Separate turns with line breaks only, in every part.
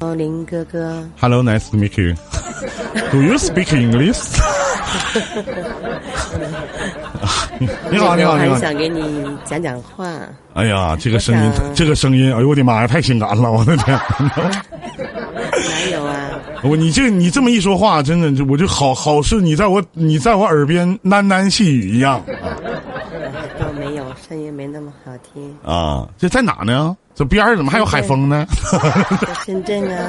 哦，林哥哥，
Hello, nice to meet you. Do you speak English？你好，你好，
我
你
还
好。
想给你讲讲话。
哎呀，这个声音
我想，
这个声音，哎呦我的妈呀，太性感了，我的天！
哪有啊？
我你这你这么一说话，真的，我就好好是你在我你在我耳边喃喃细语一样
倒没有，声音没那么好听。
啊。这在哪呢？这边儿怎么还有海风 呢？
在深圳 啊，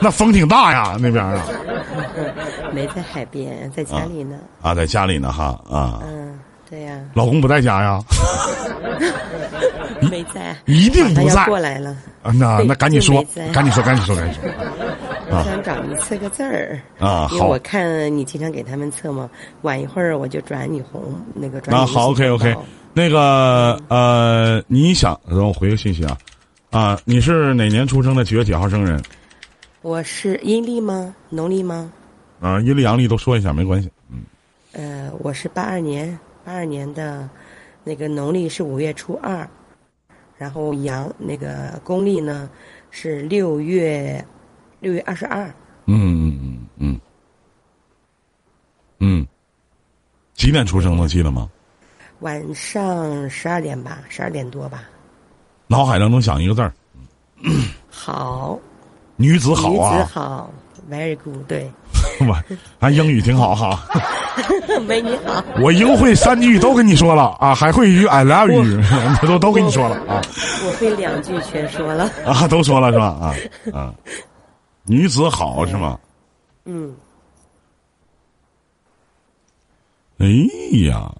那风挺大呀，那边儿啊
没在海边，在家里呢。
啊，在家里呢哈啊，嗯
嗯，对呀、
老公不在家呀，
没在。
一定
他
不在
要过来了，
啊，那
对
那赶紧说
就没在，
赶紧说，赶紧说，赶紧说。
我想找你测个字儿
啊
因为我
好
看你经常给他们测嘛，晚一会儿我就转你红那个转你
啊，
微信
好，OK
红包
OK，那个呃，你想让我回个信息啊？啊，你是哪年出生的？几月几号生人？
我是阴历吗？农历吗？
啊，阴历阳历都说一下，没关系。
呃，我是八二年，八二年的，那个农历是五月初二，然后阳那个公历呢是六月六月二十二，
嗯嗯嗯嗯嗯，几点出生的？记得吗？
晚上十二点吧，十二点多吧。
脑海当中想一个字儿，
好，
女子好
女子
啊，
好，very good，对，
我啊，英语挺好哈。
美女好。
我一共会三句都跟你说了啊，还会一句 I love you，都都 跟你说了啊
我会两句全说了，
啊，都说了是吧？啊啊，女子好是吗？
嗯，
哎呀，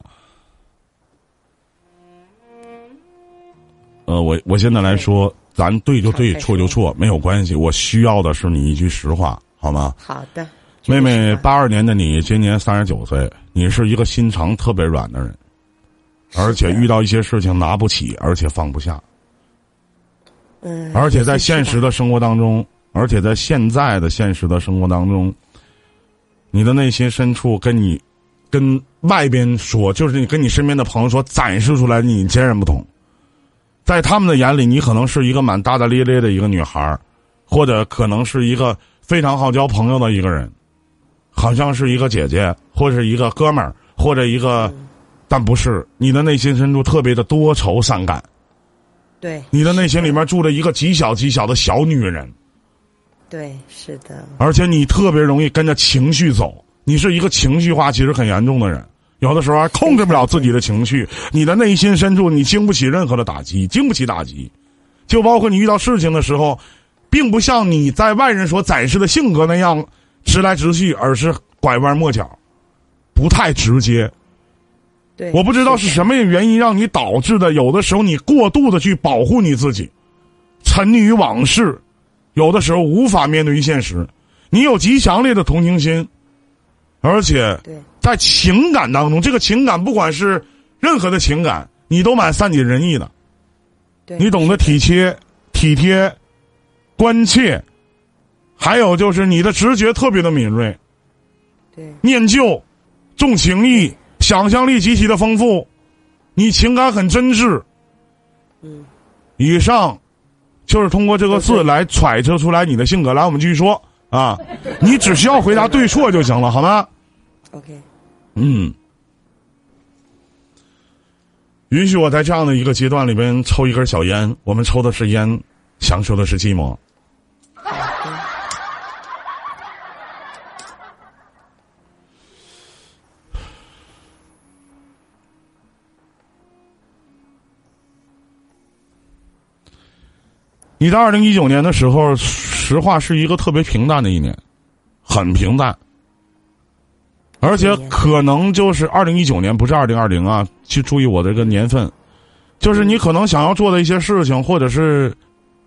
呃，我我现在来说，咱对就对，
好
错就错，没有关系。我需要的是你一句实话，好吗？
好的。
妹妹，
这个是吧
八二年的你，今年三十九岁，你是一个心肠特别软的人，而且遇到一些事情拿不起，而且放不下，
嗯，
而且在现
是
实
吧
的生活当中，而且在现在的现实的生活当中，你的内心深处跟你跟外边说，就是你跟你身边的朋友说，展示出来你截然不同。在他们的眼里，你可能是一个蛮大大咧咧的一个女孩儿，或者可能是一个非常好交朋友的一个人，好像是一个姐姐，或者是一个哥们儿，或者一个，但不是。你的内心深处特别的多愁善感，
对
你的内心里面住着一个极小极小的小女人，
对是的，
而且你特别容易跟着情绪走，你是一个情绪化其实很严重的人，有的时候还控制不了自己的情绪，你的内心深处你经不起任何的打击，经不起打击，就包括你遇到事情的时候，并不像你在外人所展示的性格那样直来直去，而是拐弯抹角，不太直接，
对。
我不知道是
是
什么原因让你导致的，有的时候你过度的去保护你自己，沉溺于往事，有的时候无法面对于现实。你有极强烈的同情心，而且
的对
在情感当中，这个情感不管是任何的情感，你都蛮善解人意的，
对，
你懂得体贴、体贴、关切，还有就是你的直觉特别的敏锐，
对
念旧、重情义、想象力极其的丰富，你情感很真挚。
嗯，
以上就是通过这个字来揣测出来你的性格。来，我们继续说啊，你只需要回答对错就行了，好吗？
，OK，
嗯。允许我在这样的一个阶段里边抽一根小烟，我们抽的是烟，享受的是寂寞。
好的。
你在二零一九年的时候，实话是一个特别平淡的一年，很平淡，而且可能就是二零一九年，不是二零二零啊，去注意我这个年份，就是你可能想要做的一些事情，或者是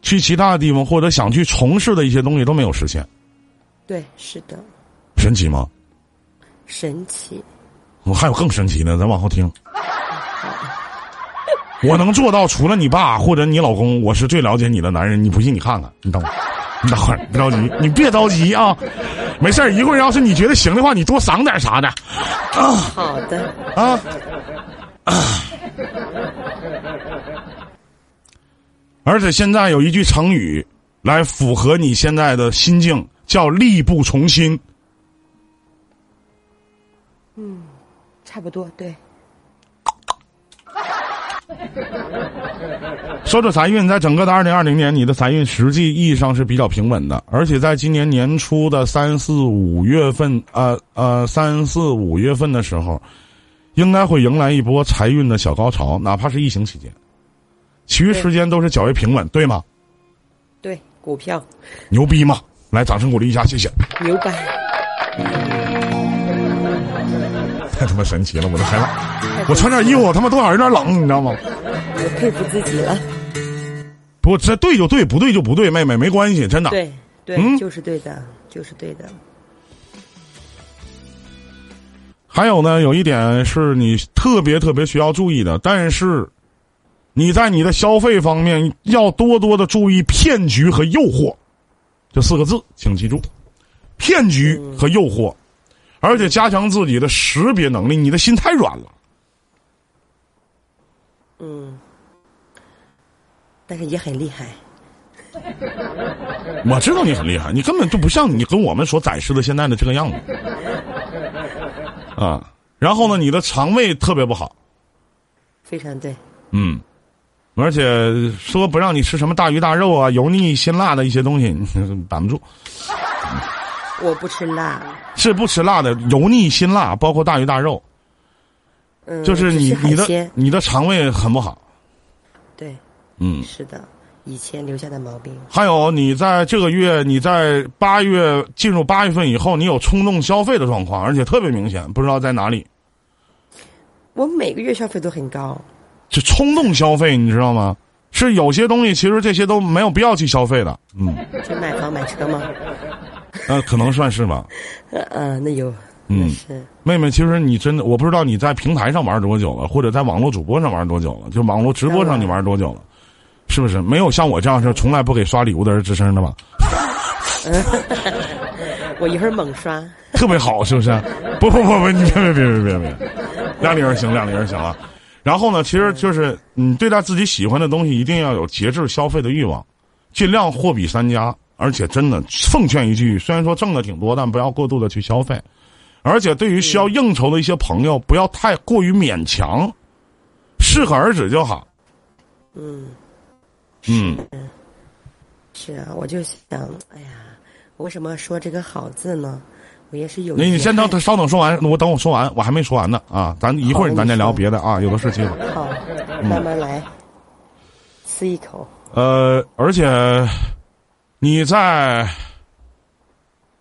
去其他的地方，或者想去从事的一些东西都没有实现，
对，是的，
神奇吗？
神奇。
我还有更神奇的，咱往后听。我能做到，除了你爸或者你老公，我是最了解你的男人。你不信，你看看，你等会儿，你等会儿，不着急，你别着急啊，没事儿一会儿要是你觉得行的话，你多赏点啥的
好的，
啊。 而且现在有一句成语来符合你现在的心境，叫力不从心。
差不多，对，
说这财运，在整个的二零二零年，你的财运实际意义上是比较平稳的，而且在今年年初的三四五月份，呃呃，三四五月份的时候，应该会迎来一波财运的小高潮，哪怕是疫情期间，其余时间都是较为平稳，对吗？
对，股票
牛逼吗？来，掌声鼓励一下，谢 谢。
牛掰，
太他妈神奇了，我都害 怕。我穿点衣服，我他妈多少有点冷，你知道吗？
我佩服自己了。
不，这对就对，不对就不对，妹妹没关系，真的。
对对、
嗯
就是对的，就是对的。
还有呢，有一点是你特别特别需要注意的，但是你在你的消费方面要多多的注意骗局和诱惑这四个字，请记住，骗局和诱惑，而且加强自己的识别能力，你的心太软了。
但是也很厉害，
我知道你很厉害，你根本就不像你跟我们所展示的现在的这个样子，啊，然后呢，你的肠胃特别不好，
非常对。
嗯，而且说不让你吃什么大鱼大肉啊、油腻辛辣的一些东西， 挡不住。
我不吃辣，
是不吃辣的，油腻辛辣，包括大鱼大肉，
嗯，
就是
只
你
吃
你
海
的
鲜，
你的肠胃很不好。
对，
嗯，
是的，以前留下的毛病。
还有你在这个月，你在八月进入八月份以后，你有冲动消费的状况，而且特别明显，不知道在哪里。
我每个月消费都很高，
就冲动消费，你知道吗？是有些东西其实这些都没有必要去消费的，嗯，
就买房买车吗？
呃，可能算是吧。
呃呃，那有，
嗯
那是
妹妹，其实你真的，我不知道你在平台上玩多久了，或者在网络主播上玩多久了，就网络直播上你玩多久了，是不是？没有像我这样是从来不给刷礼物的人吱声的吧？
我一会儿猛刷，
特别好，是不是？不不不不，你别别别别别别，量力而行，量力而行啊。然后呢，其实就是你对待自己喜欢的东西，一定要有节制消费的欲望，尽量货比三家。而且真的奉劝一句，虽然说挣的挺多，但不要过度的去消费。而且对于需要应酬的一些朋友，不要太过于勉强，适可而止就好。
嗯，
嗯，
是啊，我就想，哎呀，我为什么说这个好字呢？我也是有
那你
遗
先
憾
等，稍等说完，我等我说完，我还没说完呢啊，咱一会儿
好
咱再聊
你说
别的啊，有的是机会。
好，慢慢来，吃一口，
呃，而且你在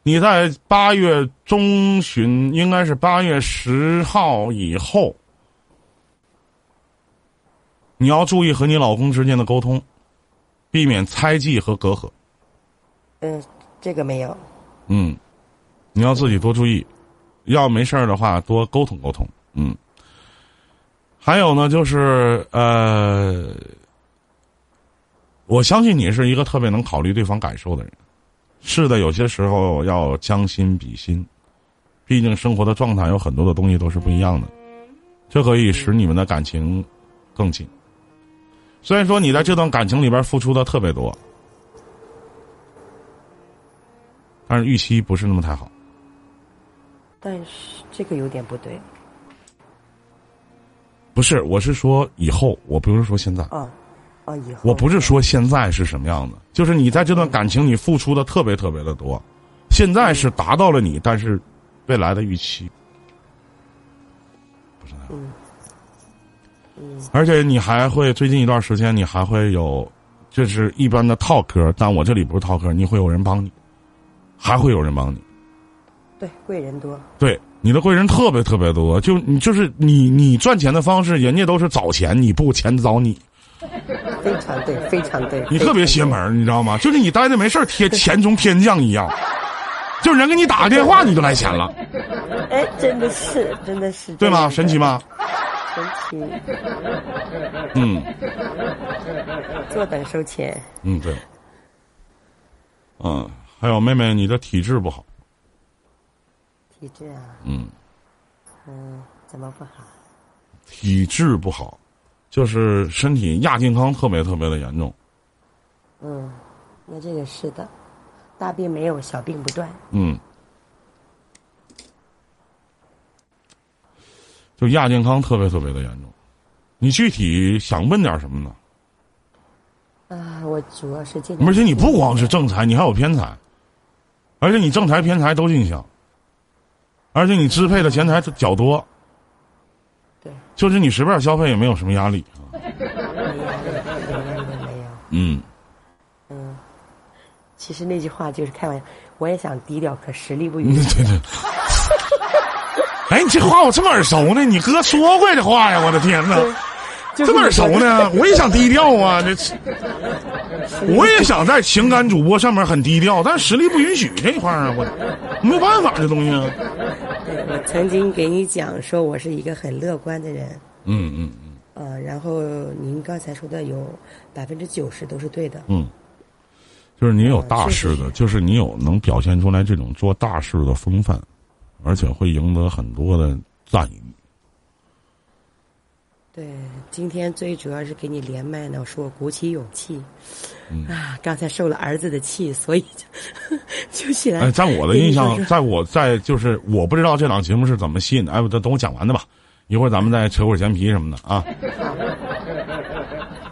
你在八月中旬，应该是八月十号以后，你要注意和你老公之间的沟通，避免猜忌和隔阂。
嗯，这个没有，
嗯，你要自己多注意，要没事儿的话多沟通沟通。嗯，还有呢，就是呃，我相信你是一个特别能考虑对方感受的人。是的，有些时候要将心比心，毕竟生活的状态有很多的东西都是不一样的，这可以使你们的感情更近。虽然说你在这段感情里边付出的特别多，但是预期不是那么太好。
但是这个有点不对
不是，我是说以后，我不是说现在，
啊，啊，以后
我不是说现在是什么样的，就是你在这段感情里付出的特别特别的多，现在是达到了你，但是未来的预期不是那样。而且你还会最近一段时间，你还会有，就是一般的套嗑，但我这里不是套嗑，你会有人帮你，还会有人帮你。
对贵人多，
对，你的贵人特别特别多，就你就是你你赚钱的方式，人家都是找钱，你不钱找你，
非常对，非常对，
你
非
特别
常
邪
对
门儿，你知道吗？就是你待着没事儿天钱从天降一样，就是人给你打个电话你就来钱了，
哎，真的是，真的是，
对吗？
真
神
的
奇？吗？
神奇，
嗯
坐等收钱。
嗯，对。嗯，还有妹妹，你的体质不好，
体质啊，
嗯，
嗯，怎么不好？
体质不好，就是身体亚健康特别特别的严重。
嗯，那这个是的，大病没有，小病不断。
嗯，就亚健康特别特别的严重。你具体想问点什么呢？
啊，我主要是这。
而且你不光是正财，你还有偏财，而且你正财偏财都进项，而且你支配的钱财较多，
对，
就是你随便消费也没有什么压力啊。
没有没有没有。嗯
嗯，
其实那句话就是开玩笑，我也想低调，可实力不
嗯
允许。
对 对。哎，你这话我这么耳熟呢？你哥说过这话呀！我的天哪，
就
这
是
么耳熟呢？我也想低调啊，这
实力
我也想在情感主播上面很低调，但实力不允许这一块儿啊，我没有办法这东西啊。
我曾经给你讲说，我是一个很乐观的人，
嗯嗯嗯
呃，然后您刚才说的有百分之九十都是对的，
嗯，就是你有大事的，就是你有能表现出来这种做大事的风范，而且会赢得很多的赞誉。
对，今天最主要是给你连麦呢，我说我鼓起勇气，
嗯
啊，刚才受了儿子的气，所以就 就起来。
哎，在我的
给你
印
说
象，
说
在我在就是我不知道这档节目是怎么吸引的。哎，我等等我讲完的吧，一会儿咱们再扯会儿闲皮什么的啊。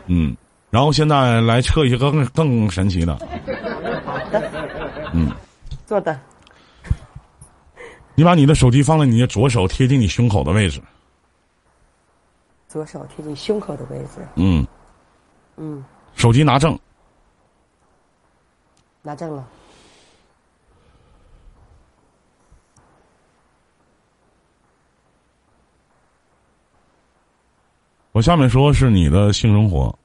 嗯，然后现在来扯一些更更神奇的。
坐的，
你把你的手机放在你的左手贴近你胸口的位置，
左手贴近胸口的位置，
嗯，
嗯，
手机拿正，
拿正了，
我下面说是你的性生活，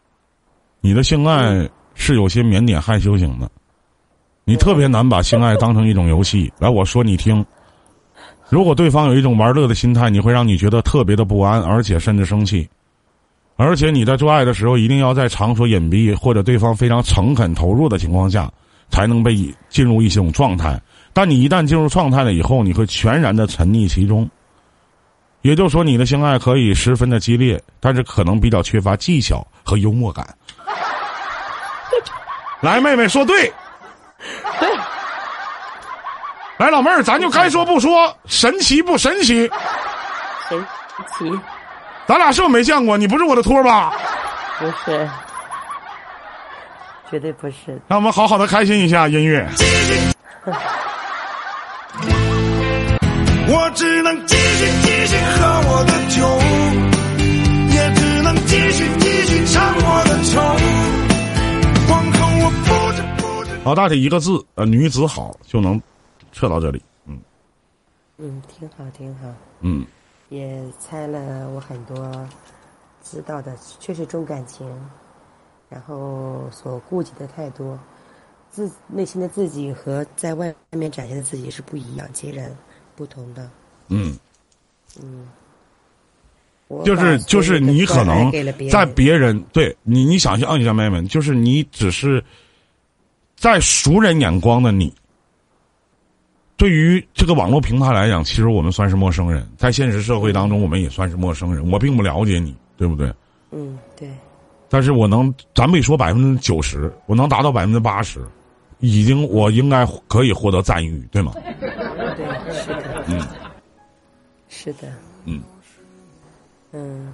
你的性爱是有些腼腆害羞型的，你特别难把性爱当成一种游戏。来，我说你听，如果对方有一种玩乐的心态，你会让你觉得特别的不安，而且甚至生气。而且你在做爱的时候，一定要在场所隐蔽或者对方非常诚恳投入的情况下，才能被引进入一种状态。但你一旦进入状态了以后，你会全然的沉溺其中。也就是说，你的性爱可以十分的激烈，但是可能比较缺乏技巧和幽默感。 来，妹妹说对。 来，老妹儿，咱就该说不说，神奇不神奇？
神奇，
咱俩是不是没见过？你不是我的托儿吧？
不是，绝对不是，
让我们好好的开心一下音乐。
我只能继续继续喝我的酒，也只能继续继续唱我的愁。往后我不知不知。
老大这一个字，呃，女子好就能撤到这里。嗯
嗯，挺好，挺好，
嗯，
也猜了我很多知道的，确实重感情，然后所顾及的太多，自内心的自己和在外面展现的自己是不一样、截然不同的。嗯
嗯，
我
就是
把所
就
有
是
的
你可
关爱
能
给了别
在
人
别人对你，你想象一下，妹妹，就是你只是在熟人眼光的你，对于这个网络平台来讲，其实我们算是陌生人，在现实社会当中，我们也算是陌生人。我并不了解你，对不对？
嗯，对，
但是我能，咱别说百分之九十，我能达到百分之八十，已经我应该可以获得赞誉，对吗？
对，是的，嗯，是的，
嗯
嗯，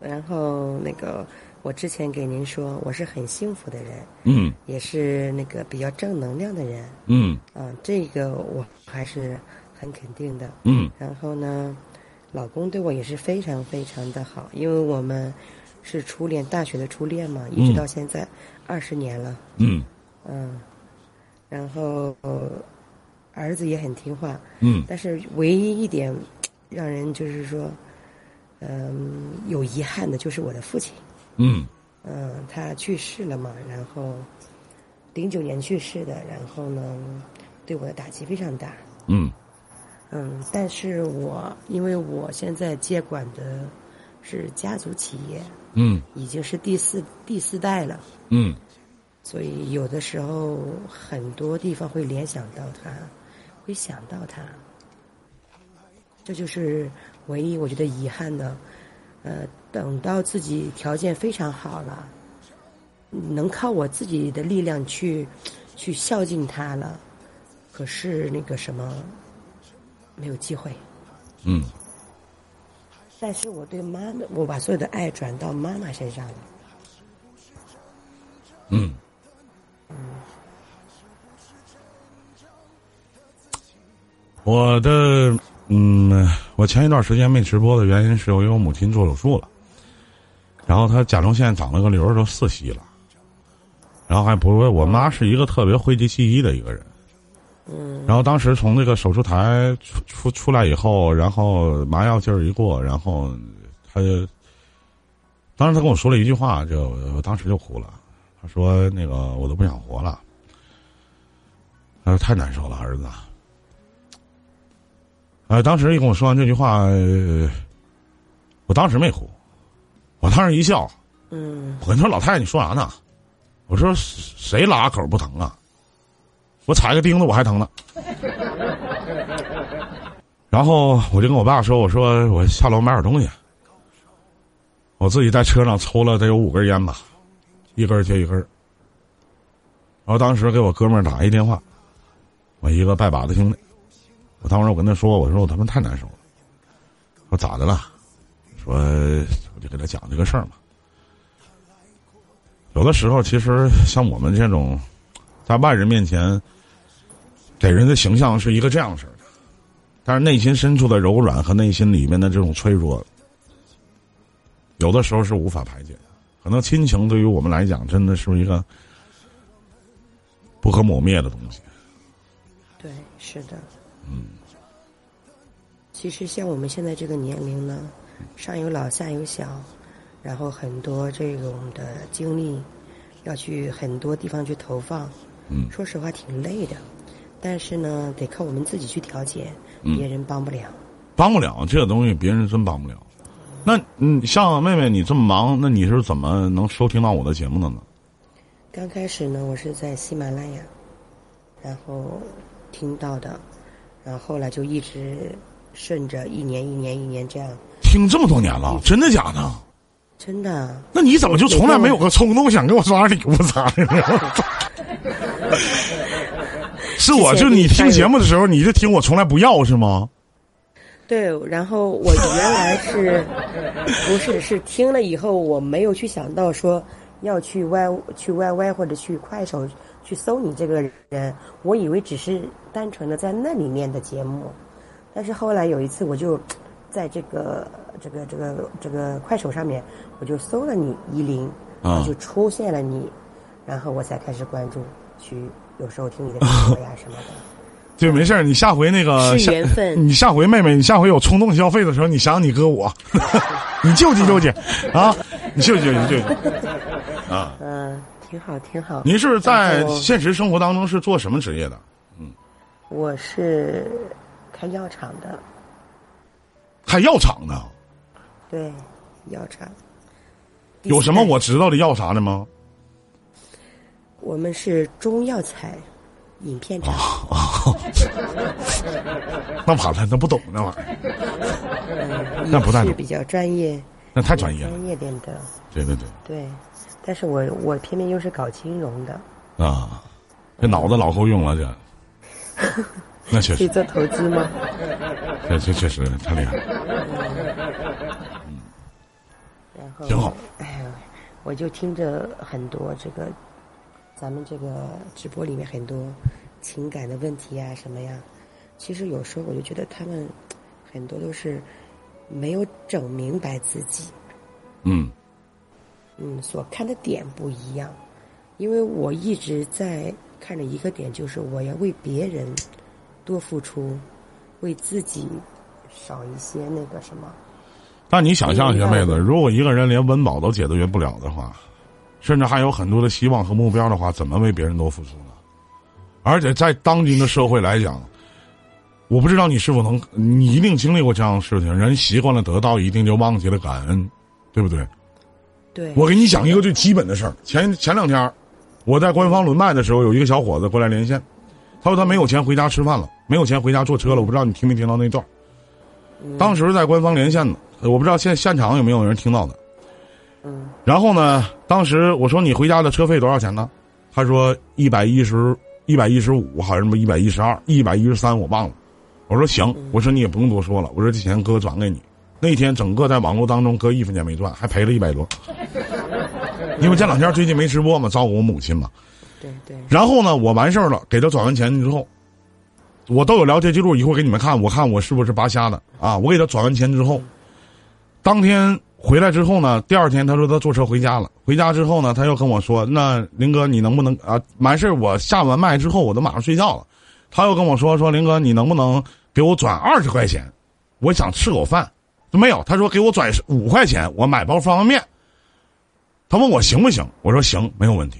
然后那个，我之前给您说，我是很幸福的人，
嗯
也是那个比较正能量的人，
嗯
啊，这个我还是很肯定的。
嗯
然后呢，老公对我也是非常非常的好，因为我们是初恋，大学的初恋嘛，一直到现在二十年了。
嗯
嗯，然后呃儿子也很听话，
嗯
但是唯一一点嗯让人就是说，嗯，有遗憾的就是我的父亲，
嗯
嗯，他去世了嘛，然后零九年去世的，然后呢，对我的打击非常大，
嗯
嗯，但是我因为我现在接管的是家族企业，
嗯
已经是第四第四代了。
嗯
所以有的时候很多地方会联想到他，会想到他，这就是唯一我觉得遗憾的。呃，等到自己条件非常好了，能靠我自己的力量去去孝敬他了，可是那个什么没有机会。
嗯，
但是我对妈妈，我把所有的爱转到妈妈身上了。
嗯，我的嗯，我前一段时间没直播的原因是由于我母亲做手术了，然后她甲状腺长了个瘤儿，都四期了，然后还不是我妈是一个特别讳疾忌医的一个人。嗯，然后当时从这个手术台出出出来以后，然后麻药劲儿一过，然后她就，当时她跟我说了一句话，就我当时就哭了。他说：“那个我都不想活了。”他说：“太难受了，儿子。”呃，当时一跟我说完这句话，呃我当时没哭，我当时一笑。
嗯，
我跟他说：“老太太，你说啥呢？”我说：“谁拉口不疼啊？我踩个钉子我还疼呢。”然后我就跟我爸说：“我说我下楼买点东西。”我自己在车上抽了得有五根烟吧，一根儿接一根儿。然后当时给我哥们儿打一电话，我一个拜把子兄弟，我当时我跟他说：“我说我他妈太难受了。”我说咋的了？说我就给他讲这个事儿嘛。有的时候，其实像我们这种，在外人面前，给人的形象是一个这样式儿的，但是内心深处的柔软和内心里面的这种脆弱，有的时候是无法排解的。可能亲情对于我们来讲，真的是一个不可磨灭的东西。
对，是的。嗯，其实像我们现在这个年龄呢，上有老下有小，然后很多这种的精力要去很多地方去投放。
嗯
说实话挺累的，但是呢，得靠我们自己去调节，别人帮不了。
帮不了这个东西，别人真帮不了。那嗯，像妹妹你这么忙，那你是怎么能收听到我的节目的呢？
刚开始呢，我是在喜马拉雅，然后听到的，然后后来就一直顺着一年一年一年这样，
听这么多年了，真的假的？
真的
那你怎么就从来没有个冲动想给我刷礼物啥的呢？ 是我就你听节目的时候，你就听我从来不要是吗？
对。然后我原来是不是是听了以后，我没有去想到说要去 Y 去 YY 或者去快手去搜你这个人，我以为只是单纯的在那里面的节目，但是后来有一次我就在这个这个这个这个快手上面，我就搜了你依林，
啊
然后就出现了你，然后我才开始关注，去有时候听你的直播呀什么 的。
对，没事儿你下回那个
是
下
缘分
你下回妹妹，你下回有冲动消费的时候，你想想你哥我， 你救济救济啊，你救济救济救济。
嗯，挺好，挺好。
您是在
然后
现实生活当中是做什么职业的？
我是开药厂的，
开药厂的，
对，药厂。
有什么我知道的药啥的吗？
我们是中药材影片
哦
厂，
那完了，那不懂那玩意儿，
嗯，
那不太
也是
懂
比较专业，
那太专业了。
专业点的，
对对对。
对。但是我我偏偏又是搞金融的，
啊，这脑子老够用了，这。那确
可以
实，
做投资吗？
这这确实太厉害了。
然后
挺好。
哎呀，我就听着很多这个，咱们这个直播里面很多情感的问题啊什么呀，其实有时候我就觉得他们很多都是没有整明白自己，
嗯
嗯，所看的点不一样。因为我一直在看着一个点，就是我要为别人多付出，为自己少一些那个什么。
但你想象一下，妹子，如果一个人连温饱都解决不了的话，甚至还有很多的希望和目标的话，怎么为别人多付出呢？而且在当今的社会来讲，我不知道你是否能，你一定经历过这样的事情。人习惯了得到，一定就忘记了感恩，对不对？
对，
我给你讲一个最基本的事儿。前前两天儿，我在官方轮麦的时候，有一个小伙子过来连线，他说他没有钱回家吃饭了，没有钱回家坐车了。我不知道你听没听到那段
嗯
儿。当时在官方连线呢，呃我不知道现现场有没有人听到的。
嗯
然后呢，当时我说你回家的车费多少钱呢？他说一百一十一百一十五，好像什么一百一十二、一百一十三，我忘了。我说行，
嗯
我说你也不用多说了，我说这钱哥转给你。那天整个在网络当中，哥一分钱没赚，还赔了一百多。因为这两天最近没直播嘛，照顾我母亲嘛。
对对，
然后呢，我完事儿了，给他转完钱之后，我都有聊天记录，一会儿给你们看，我看我是不是扒瞎的啊？我给他转完钱之后，当天回来之后呢，第二天他说他坐车回家了，回家之后呢，他又跟我说，那林哥你能不能啊？完事儿我下完麦之后，我都马上睡觉了，他又跟我说说林哥你能不能给我转二十块钱？我想吃口饭，没有，他说给我转五块钱，我买包方便面。他问我行不行，我说行，没有问题。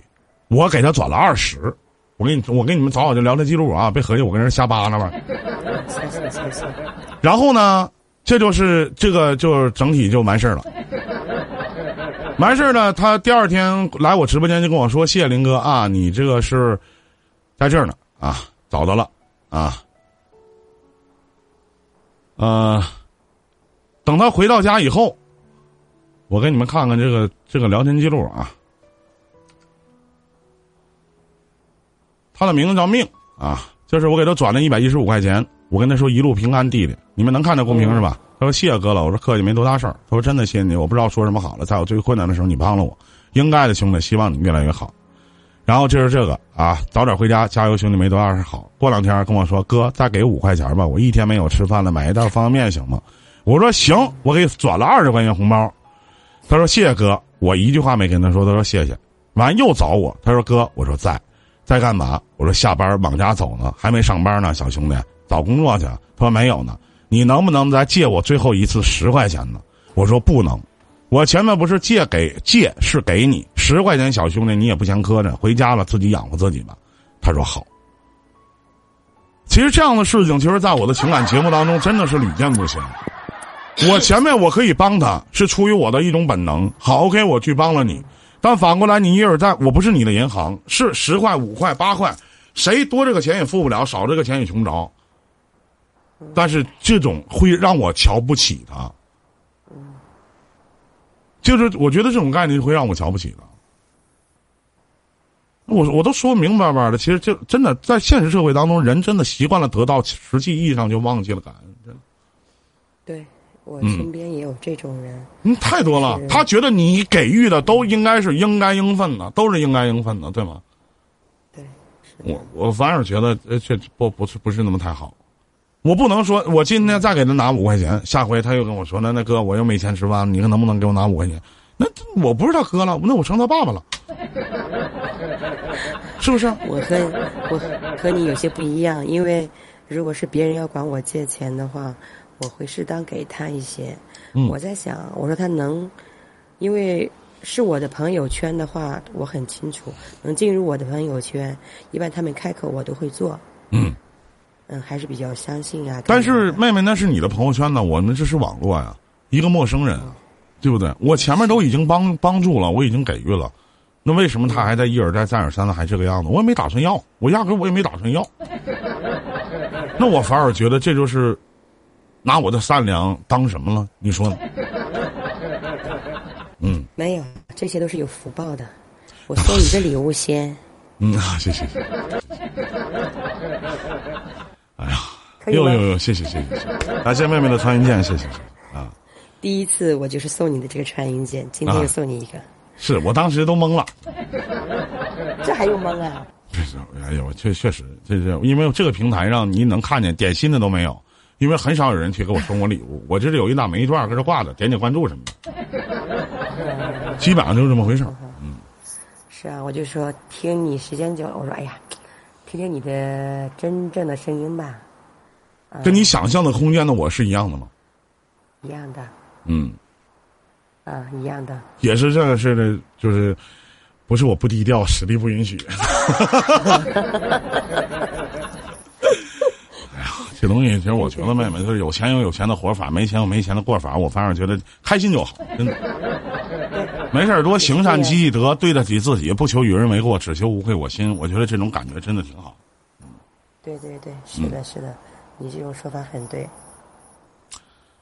我给他转了二十。我给你，我给你们早早就聊天记录啊，别合计我跟人瞎扒拉吧。
算算算算，
然后呢，这就是这个就是整体就完事儿了。完事儿了，他第二天来我直播间就跟我说：“谢谢林哥啊，你这个是在这儿呢啊，找到了啊。”呃，等他回到家以后，我给你们看看这个这个聊天记录啊。他的名字叫命啊，就是我给他转了一百一十五块钱，我跟他说一路平安弟弟，你们能看到公屏是吧？他说谢谢哥了，我说客气没多大事儿。他说真的谢谢你，我不知道说什么好了，在我最困难的时候你帮了我，应该的兄弟，希望你越来越好。然后就是这个啊，早点回家，加油兄弟，没多大事儿好。过两天跟我说哥再给五块钱吧，我一天没有吃饭了，买一袋方便面行吗？我说行，我给转了二十块钱红包。他说谢谢哥，我一句话没跟他说，他说谢谢。完又找我，他说哥，我说在。在干嘛？我说下班往家走呢，还没上班呢，小兄弟，找工作去。他说没有呢，你能不能再借我最后一次十块钱呢？我说不能，我前面不是借给借是给你十块钱，小兄弟你也不嫌磕碜，回家了自己养活自己吧。他说好。其实这样的事情，其实在我的情感节目当中真的是屡见不鲜。 我前面我可以帮他，是出于我的一种本能。好，OK，我去帮了你。但反过来，你一会儿在我不是你的银行，是十块、五块、八块，谁多这个钱也付不了，少这个钱也穷着。但是这种会让我瞧不起他，就是我觉得这种概念会让我瞧不起他。我我都说明白白的，其实就真的在现实社会当中，人真的习惯了得到，实际意义上就忘记了感恩。真的
对我身边也有这种人，
嗯，太多了。
是
他觉得你给予的都应该是应该应分的，都是应该应分的，对吗？
对，是的
我我反而觉得呃，这不不是不是那么太好。我不能说，我今天再给他拿五块钱，下回他又跟我说，那那哥我又没钱吃饭，你能不能给我拿五块钱？那这我不是他哥了，那我成他爸爸了，是不是？
我和我和和你有些不一样，因为如果是别人要管我借钱的话，我会适当给他一些。
嗯
我在想，我说他能，因为是我的朋友圈的话，我很清楚，能进入我的朋友圈，一般他们开口我都会做。
嗯
嗯，还是比较相信啊。干
但
嘛
是
的
妹妹，那是你的朋友圈呢，我们这是网络呀、一个陌生人
嗯
啊，对不对？我前面都已经帮帮助了，我已经给予了，那为什么他还在一而再、再而三的还这个样子？我也没打算要，我压根儿我也没打 算要。那我反而觉得这就是拿我的善良当什么了？你说呢？
没有，这些都是有福报的。我送你这礼物先，
嗯啊，谢谢谢谢。哎呀，
可以
呦
吗？
呦呦，谢谢谢谢谢谢，感谢妹妹的穿云箭，谢谢谢谢啊！
第一次我就是送你的这个穿云箭，今天
啊
又送你一个，
是我当时都懵了。
这还用蒙啊？
确实，哎呦，确确实，这是因为这个平台上您能看见点心的都没有，因为很少有人去给我送我礼物，我这是有一搭没一段搁这挂着，点点关注什么的，基本上就是这么回事儿。
是啊，我就说听你时间久了，我说哎呀，听听你的真正的声音吧，
跟你想象的空间的我是一样的吗？
一样的
嗯，
啊，一样的。
也是这个事的，就是不是我不低调，实力不允许。哎呀，这东哎西其实我觉得，妹妹就是有钱有有钱的活法，没钱有没钱的过法。我反而觉得开心就好，真的。没事儿多行善积积德，对得起自己，不求与人为过，只求无愧我心。我觉得这种感觉真的挺好。
对对对，
嗯
是的，是的，你这种说法很对，
啊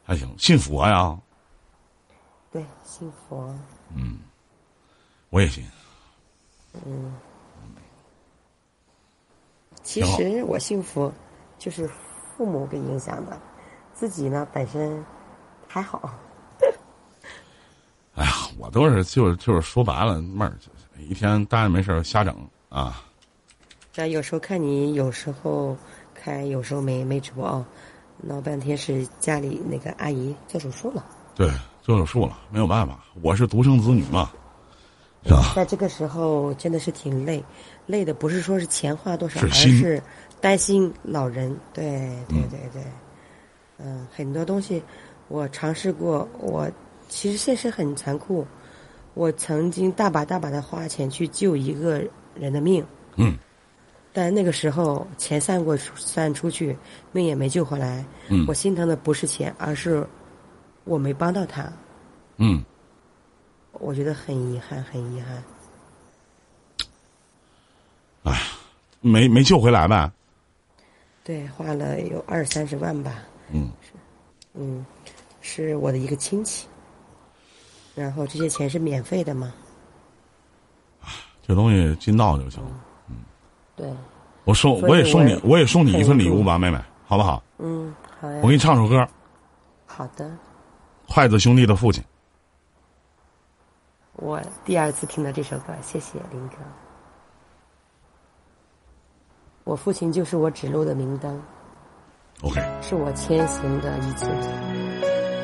还行，信佛呀，
对，信佛，
我也信。
其
挺好
实我幸福，就是父母给影响的，自己呢本身还好。
哎呀，我都是就是就是说白了，妹儿一天待着没事儿瞎整啊。
那有时候看你，有时候开，有时候没没直播啊、闹半天是家里那个阿姨做手术了。
对，做手术了，没有办法，我是独生子女嘛，是吧？
在这个时候真的是挺累，累的不是说是钱花多少，
是
而
心
是担心老人。对对对对，嗯、很多东西我尝试过，我其实现实很残酷。我曾经大把大把的花钱去救一个人的命，
嗯，
但那个时候钱散过散出去，命也没救回来。
嗯
我心疼的不是钱，而是我没帮到他，
嗯，
我觉得很遗憾，很遗憾。
没没救回来呗。
对，花了有二三十万吧。
嗯，
嗯，是我的一个亲戚，然后这些钱是免费的嘛？
这东西尽到就行。
对，
我送，
所以
我也送你，
我
我也送你一份礼物吧，妹妹，好不好？
嗯，好呀
我，给你唱首歌，《
好的。
筷子兄弟的父亲》。
我第二次听到这首歌，谢谢林哥。我父亲就是我指路的明灯，
OK，
是我前行的一切。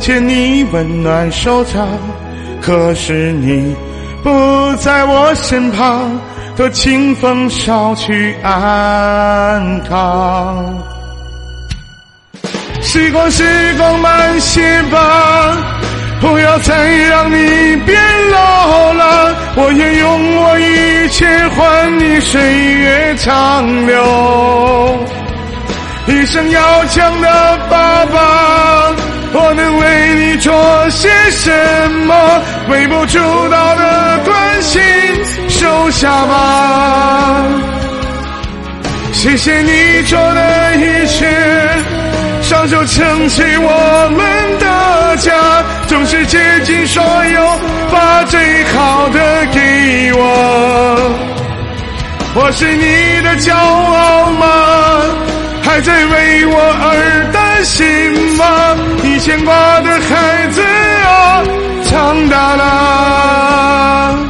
牵你温暖手掌，可是你不在我身旁，多清风捎去安康。时光，时光慢些吧，不要再让你变老了。我愿用我一切换你岁月长流。一生要强的爸爸，我能为你做些什么？微不足道的关心，收下吧。谢谢你做的一切，双手撑起我们的家，总是竭尽所有把最好的给我。我是你的骄傲吗？还在为我而担心吗？你牵挂的孩子啊，长大了。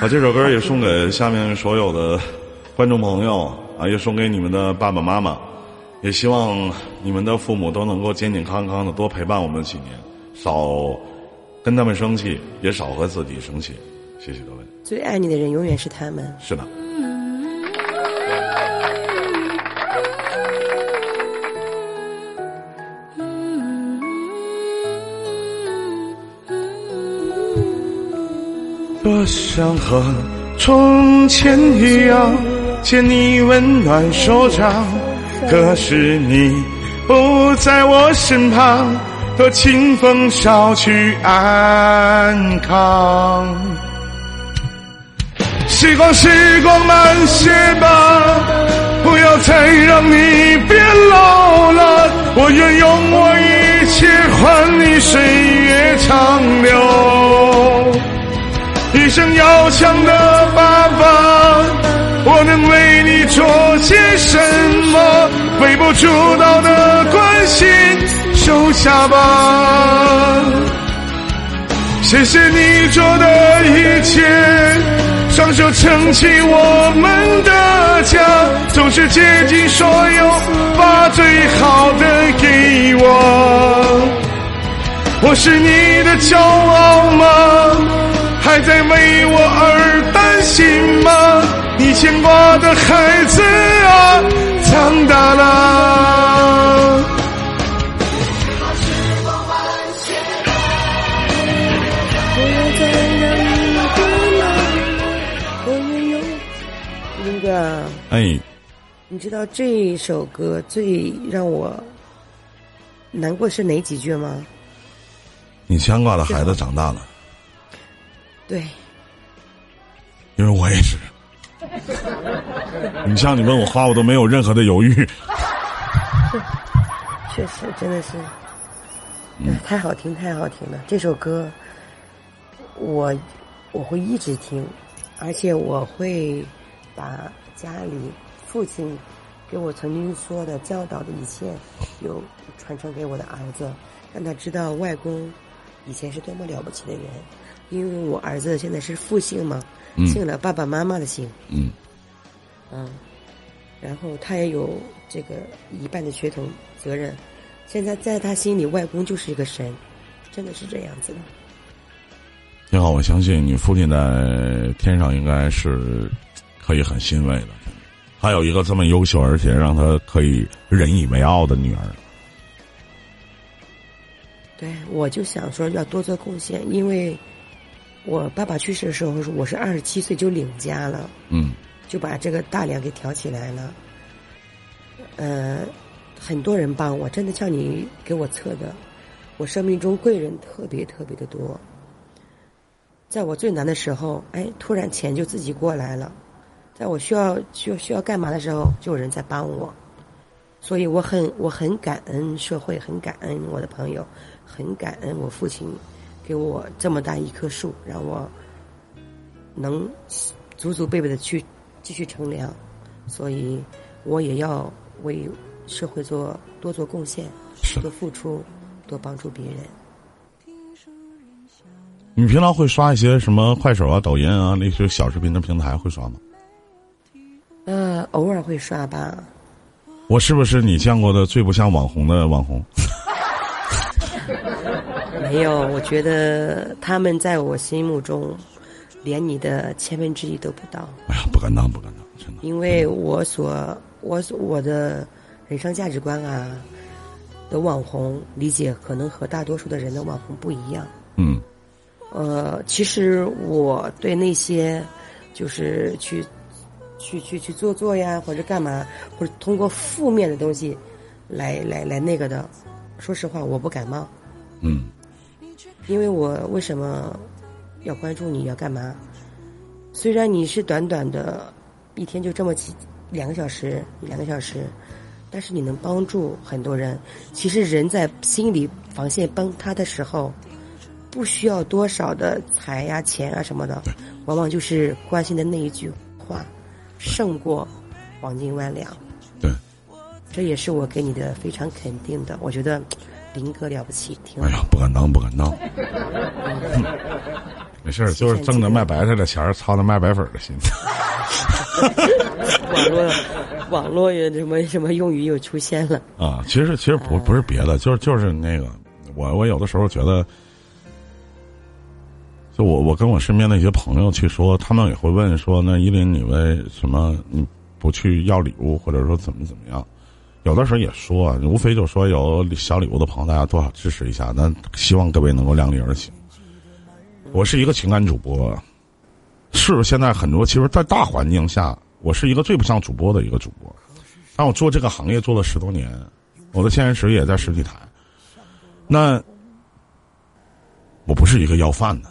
把这首歌也送给下面所有的观众朋友啊，也送给你们的爸爸妈妈，也希望你们的父母都能够健健康康的，多陪伴我们几年，少跟他们生气，也少和自己生气。谢谢各位，
最爱你的人永远是他们。
是的。
多想和从前一样，牵你温暖手掌，可是你不在我身旁，多清风捎去安康。时光，时光慢些吧，不要再让你变老了。我愿用我一切换你岁月长流。一生要强的爸爸，我能为你做些什么？微不足道的关心，收下吧。谢谢你做的一切，双双手撑起我们的家，总是竭尽所有把最好的给我。我是你的骄傲吗？还在为我而担心吗？你牵挂的孩子啊，长大了。
我要再让你回来，我
哎
愿用。
那个，
哎，
你知道这首歌最让我难过是哪几句吗？
你牵挂的孩子长大了，
对，
因为我也是。 你像你问我话，我都没有任何的犹豫。
确实真的是，哎太好听，太好听了！这首歌，我我会一直听，而且我会把家里父亲给我曾经说的、教导的一切，有传承给我的儿子，让他知道外公以前是多么了不起的人。因为我儿子现在是复姓嘛，姓了爸爸妈妈的姓，
嗯，
嗯，然后他也有这个一半的血统责任。现在在他心里，外公就是一个神，真的是这样子的。
挺好，我相信你父亲在天上应该是可以很欣慰的。还有一个这么优秀，而且让他可以引以为傲的女儿。
对，我就想说要多做贡献，因为我爸爸去世的时候，我是二十七岁就领家了，
嗯，
就把这个大梁给挑起来了。呃，很多人帮我，真的像你给我测的，我生命中贵人特别特别的多。在我最难的时候，哎，突然钱就自己过来了；在我需要需要需要干嘛的时候，就有人在帮我。所以我很我很感恩社会，很感恩我的朋友，很感恩我父亲给我这么大一棵树，让我能祖祖辈辈的去继续乘凉。所以我也要为社会做多做贡献，多付出，多帮助别人。
你平常会刷一些什么快手啊、抖音啊那些小视频的平台会刷吗？
呃，偶尔会刷吧，
我是不是你见过的最不像网红的网红？
没有，我觉得他们在我心目中连你的千分之一都不到。
哎呀，不敢当，不敢当，真的。
因为我所我所我的人生价值观啊的网红理解，可能和大多数的人的网红不一样。
嗯
呃，其实我对那些就是去去去去做作呀，或者干嘛，或者通过负面的东西来来来那个的，说实话，我不感冒。
嗯，
因为我为什么要关注你要干嘛？虽然你是短短的一天就这么几两个小时，两个小时，但是你能帮助很多人。其实人在心理防线崩塌的时候，不需要多少的财呀、钱啊什么的，往往就是关心的那一句话，胜过黄金万两。
对。
这也是我给你的非常肯定的。我觉得林哥了不起，挺
哎呀，不敢当，不敢当。嗯没事儿，就是挣着卖白菜的钱儿，操着卖白粉儿的心。
网络网络也什么什么用语又出现了。
啊，其实其实不不是别的，就是就是那个，我我有的时候觉得，就我我跟我身边的一些朋友去说，他们也会问说，那依林你为什么你不去要礼物，或者说怎么怎么样？有的时候也说，啊，无非就说有小礼物的朋友，大家多少支持一下，那希望各位能够量力而行。我是一个情感主播，是现在很多，其实，在大环境下，我是一个最不像主播的一个主播。但我做这个行业做了十多年，我的现实职业也在实体台。那我不是一个要饭的，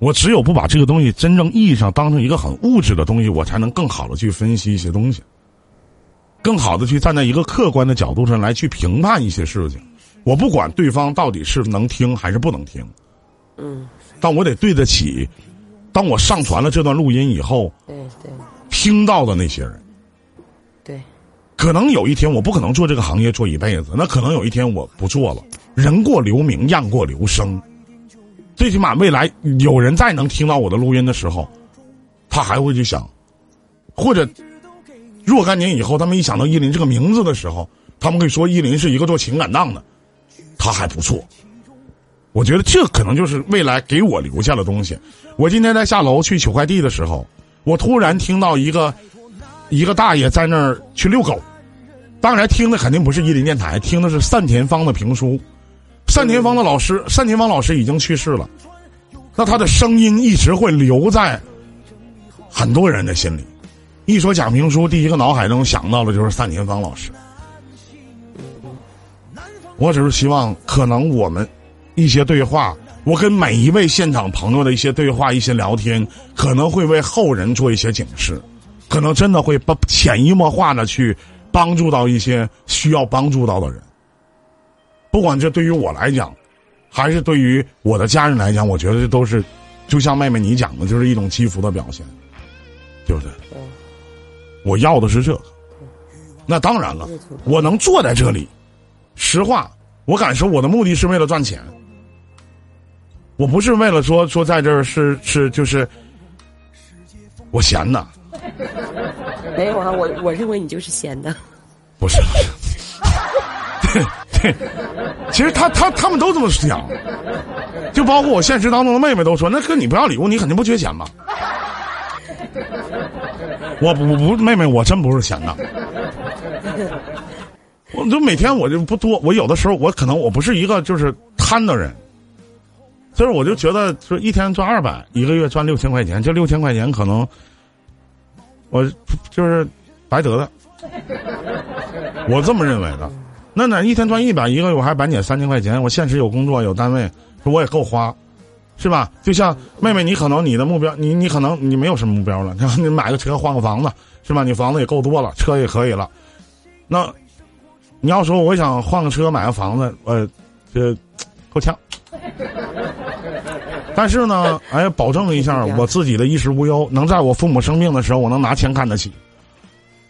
我只有不把这个东西真正意义上当成一个很物质的东西，我才能更好的去分析一些东西，更好的去站在一个客观的角度上来去评判一些事情。我不管对方到底是能听还是不能听，
嗯，
但我得对得起，当我上传了这段录音以后
对哎对
听到的那些人。
对，
可能有一天我不可能做这个行业做一辈子，那可能有一天我不做了。人过留名，雁过留声，最起码未来有人再能听到我的录音的时候，他还会去想，或者若干年以后，他们一想到依林这个名字的时候，他们会说依林是一个做情感档的，他还不错。我觉得这可能就是未来给我留下的东西。我今天在下楼去取快递的时候，我突然听到一个一个大爷在那儿去遛狗，当然听的肯定不是伊林电台，听的是单田芳的评书。单田芳的老师，单田芳老师已经去世了，那他的声音一直会留在很多人的心里。一说讲评书，第一个脑海中想到的就是单田芳老师。我只是希望，可能我们一些对话，我跟每一位现场朋友的一些对话、一些聊天，可能会为后人做一些警示，可能真的会把潜移默化的去帮助到一些需要帮助到的人。不管这对于我来讲，还是对于我的家人来讲，我觉得这都是，就像妹妹你讲的，就是一种祈福的表现，对不对？
嗯
我要的是这个。那当然了，我能坐在这里，实话，我敢说我的目的是为了赚钱，我不是为了说说在这儿是是就是，我闲呐，
没有啊，我我认为你就是闲的。
不是 不是。对对，其实他他他们都这么想，就包括我现实当中的妹妹都说，那哥你不要礼物，你肯定不缺钱吧？我不我不，妹妹，我真不是闲的。我就每天我就不多，我有的时候我可能我不是一个就是贪的人，就是我就觉得就是一天赚二百，一个月赚六千块钱，这六千块钱可能我就是白得的，我这么认为的。那哪一天赚一百，一个月我还白捡三千块钱，我现实有工作有单位，我也够花，是吧？就像妹妹，你可能你的目标，你你可能你没有什么目标了，然后你买个车换个房子，是吧？你房子也够多了，车也可以了。那你要说我想换个车买个房子，呃，这够呛。但是呢，哎，保证一下我自己的衣食无忧，能在我父母生病的时候，我能拿钱看得起。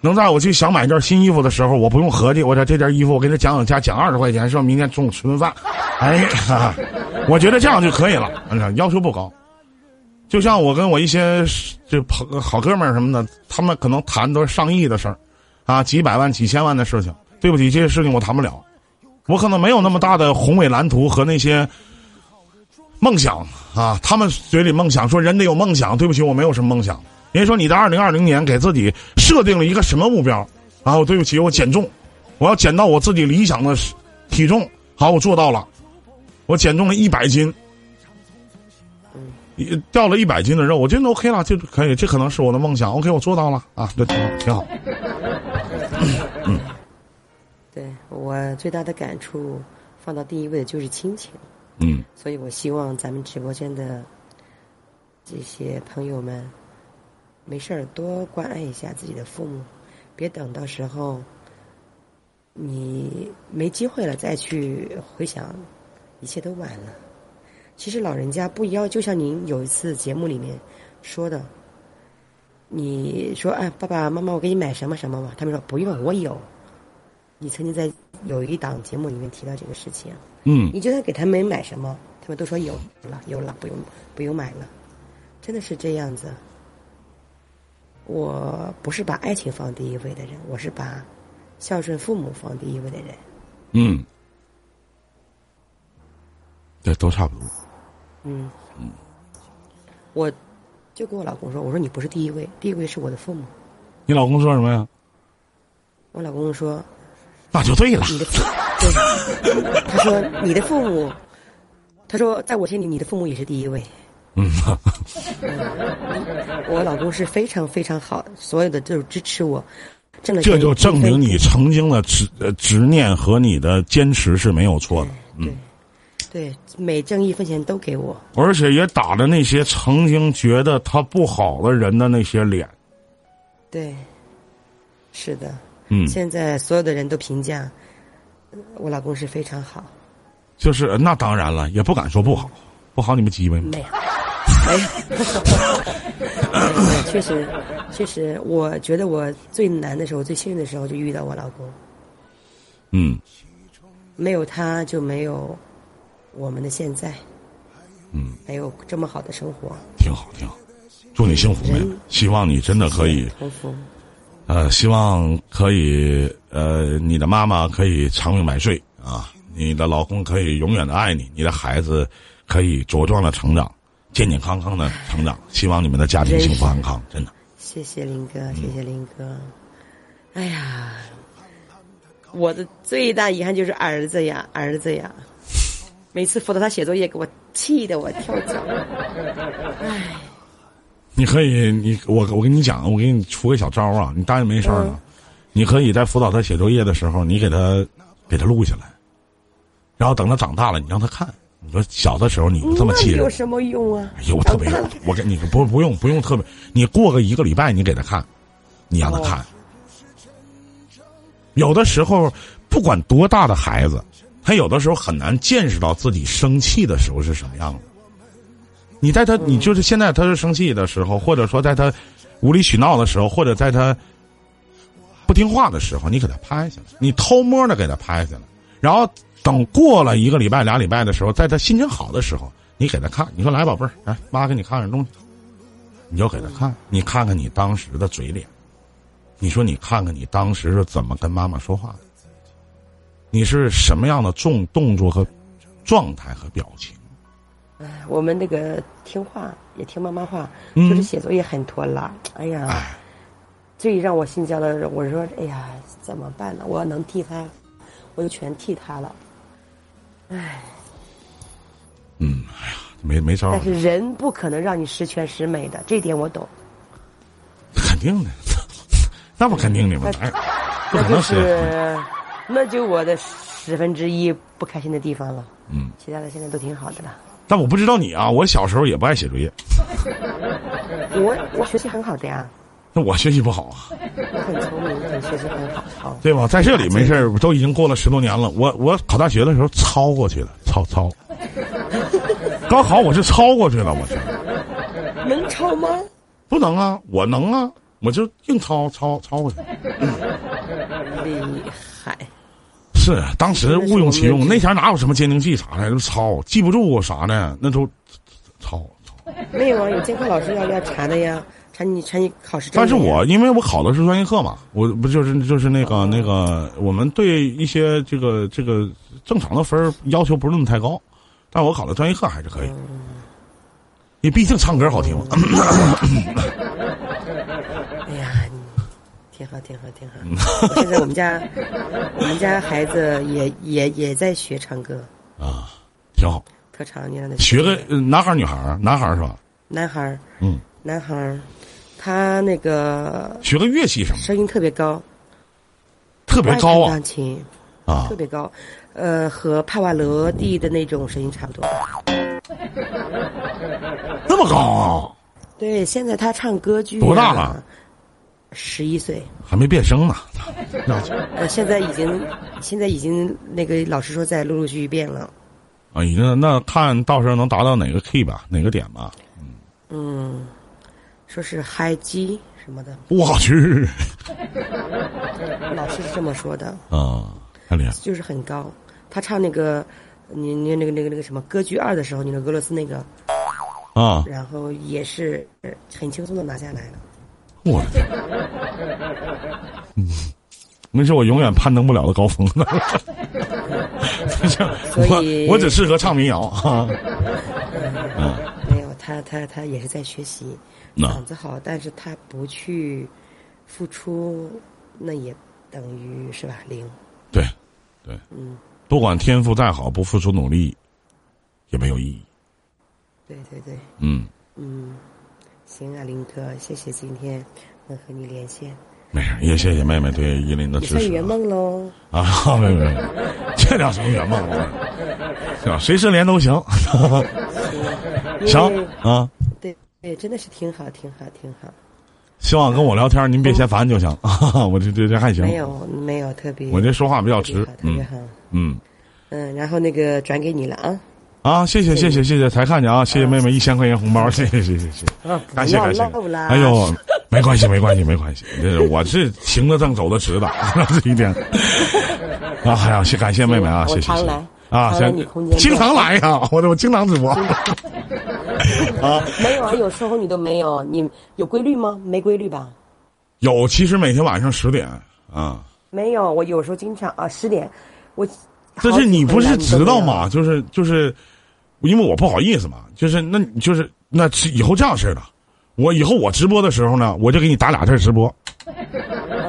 能在我去想买件新衣服的时候，我不用合计，我这这件衣服我给他讲讲价，讲二十块钱，是吧？明天中午吃顿饭，哎，哈哈我觉得这样就可以了，嗯要求不高。就像我跟我一些这朋好哥们儿什么的，他们可能谈都是上亿的事儿，啊，几百万、几千万的事情。对不起，这些事情我谈不了，我可能没有那么大的宏伟蓝图和那些梦想啊。他们嘴里梦想说人得有梦想，对不起，我没有什么梦想。人家说你在二零二零年给自己设定了一个什么目标？啊，我对不起，我减重，我要减到我自己理想的体重。好，我做到了，我减重了一百斤，一掉了一百斤的肉，我觉得 OK 了，这就可以，这可能是我的梦想。OK，我做到了啊，这挺好，挺好。
对我最大的感触，放到第一位的就是亲情。
嗯，
所以我希望咱们直播间的这些朋友们，没事儿多关爱一下自己的父母，别等到时候你没机会了再去回想，一切都晚了。其实老人家不要，就像您有一次节目里面说的，你说啊，爸爸妈妈，我给你买什么什么吧，他们说不用，我有。你曾经在有一档节目里面提到这个事情，啊
嗯，
你就算给他们买什么，他们都说有了，有了，不用不用买了，真的是这样子。我不是把爱情放第一位的人，我是把孝顺父母放第一位的人。
嗯，对，都差不多。
我就跟我老公说，我说你不是第一位，第一位是我的父母。
你老公说什么呀？
我老公说
那就对了。
你的父，对，他说你的父母，他说在我心里你的父母也是第一位。
嗯，
我老公是非常非常好，所有的都是支持我，挣了
这
钱
就证明
分
你曾经的执呃执念和你的坚持是没有错的，
对，对，每挣一分钱都给我。
而且也打了那些曾经觉得他不好的人的那些脸。
对，是的，
嗯，
现在所有的人都评价呃我老公是非常好，
就是呃那当然了，也不敢说不好，不好你们鸡巴吗？
没有，没有，没有 确实，确实，我觉得我最难的时候、最幸运的时候就遇到我老公，
嗯
没有他就没有我们的现在，嗯，没有这么好的生活。
挺好，挺好。祝你幸福，妹妹，希望你真的可以，
重复。
呃，希望可以，呃，你的妈妈可以长命百岁啊，你的老公可以永远的爱你，你的孩子可以茁壮的成长，健健康康的成长，希望你们的家庭幸福安康，真的。
谢谢林哥，谢谢林哥。哎呀，我的最大遗憾就是儿子呀，儿子呀，每次辅导他写作业，给我气得我跳脚。
你可以，你我我跟你讲，我给你出个小招啊，你答应没事儿呢，你可以在辅导他写作业的时候，你给他给他录下来，然后等他长大了，你让他看。你说小的时候你就这么气
那
人
有，什么用啊？
哎呦，我特别有，我跟你不不用不用特别，你过个一个礼拜你给他看，你让他看。有的时候不管多大的孩子，他有的时候很难见识到自己生气的时候是什么样子。你在他，你就是现在他是生气的时候，或者说在他无理取闹的时候，或者在他不听话的时候，你给他拍下来，你偷摸的给他拍下来，然后等过了一个礼拜、俩礼拜的时候，在他心情好的时候，你给他看，你说来宝贝儿，来妈啊给你看点东西，你就给他看，你看看你当时的嘴脸，你说你看看你当时是怎么跟妈妈说话的，你是什么样的动动作和状态和表情。
我们那个听话也听妈妈话，
嗯
就是写作业很拖拉。哎呀，最让我心焦的是，我说哎呀怎么办呢？我要能替他，我就全替他了。
哦没没招儿
但，是人不可能让你十全十美的，这点我懂。
肯定的，那不肯定哎的吗？哪有不可
就
能 是
是，那就我的十分之一不开心的地方了。嗯，其他的现在都挺好的了。
但我不知道你啊，我小时候也不爱写作业，
我我学习很好的呀，
那我学习不好啊，
我很聪明，很学习很好。好，
对吧？在这里没事儿都已经过了十多年了。我我考大学的时候抄过去的，抄 抄。高考我是抄过去了，我是
能抄吗？
不能啊，我能啊，我就硬抄抄抄过去。
厉害，
是，当时
真的是
物用其
我
用，
们
那前儿哪有什么监听器啥的，都抄，记不住啥的，那都抄抄。
没有啊，有监考老师要要查的呀，查你查你考试证
但
的
是
呀。
我因为我考的是专业课嘛，我不就是就是那个那个，我们对一些这个这个正常的分儿要求不是那么太高，但我考的专业课还是可以，因为毕竟唱歌好听嘛。
哎呀，你挺好，挺好，挺好。我现在我们家，我们家孩子也也也在学唱歌，
啊，挺好。
特长你让他
学个呃男孩儿女孩儿，男孩儿是吧？
男孩儿，
嗯，
男孩儿，他那个
学个乐器什么的，
声音特别高，
特别高
不爱弹
啊
钢琴
啊
特！别高，呃，和帕瓦罗蒂的那种声音差不多。
那么高啊，
对，现在他唱歌剧、啊
多大了？
十一岁，
还没变声呢。那就
呃，现在已经，现在已经那个老师说在陆陆续续变了。
啊，已经那看到时候能达到哪个 key 吧，哪个点吧。
嗯，说是嗨鸡什么的，
我去
老师是这么说的，
啊，太厉害了。
就是很高。他唱那个，你你那个那个那个什么歌剧二的时候，你那俄罗斯那个，
啊！
然后也是呃很轻松的拿下来了。
我的天，嗯，那是我永远攀登不了的高峰 了。
所以
我我只适合唱民谣啊。
没有，他他他也是在学习，
那
嗓子好，但是他不去付出，那也等于是吧零。
对，对，
嗯
不管天赋再好，不付出努力也没有意义。
对对对，
嗯，
行啊，林哥，谢谢今天能和你连线，
没事，也谢谢妹妹对依林的
也
支
算
持
圆梦喽。
啊。啊，没有没有，没有这叫什么圆梦啊？是吧？随时连都行。行
因为
啊，
对对，真的是挺好，挺好，挺好。
希望跟我聊天您别嫌烦就行 啊。我这这这还行，
没有没有特别，
我这说话比较
特别
直
好，特别
嗯
好。
嗯。
嗯，然后那个转给你了啊。
啊，谢谢谢谢谢谢，才看见啊，谢谢妹妹一千块钱红包，谢谢谢谢谢谢，感谢感谢
哎啊不要唠，啦
哎呦，没关系没关系没关系，这是我是行得正走得直的， 这一点啊，哎呀，谢感谢妹妹啊，
我
谢谢
常
谢谢
来
啊，
常来
行
你空间
经常来呀，我我经常直播，啊，
没有啊，有时候你都没有，你有规律吗？没规律吧？
有，其实每天晚上十点啊，
没有，我有时候经常啊，十点，我。
但是你不是知道
吗？
吗？就是就是，因为我不好意思嘛，就是那你就是那是以后这样式的，我以后我直播的时候呢，我就给你打俩字儿直播。
哦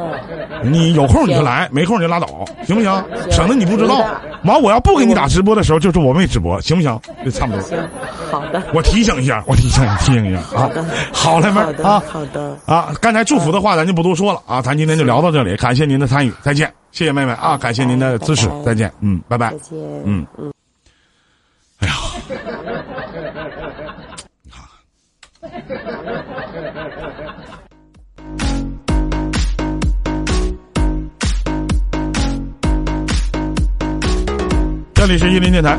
你有空你就来，没空你就拉倒，行不行？省得你不知道
明白。
完，我要不给你打直播的时候，就是我没直播，行不行？这差不多。
好的，
我提醒一下，我提醒提醒一下啊。好嘞，妹
好
儿
的，
啊
好的。
啊！刚才祝福的话咱就不多说了啊，咱今天就聊到这里，感谢您的参与，再见，谢谢妹妹啊，感谢您的支持
拜，拜
再见，嗯，拜拜
再。见。
嗯嗯。哎呀，你看，这里是玉林电台，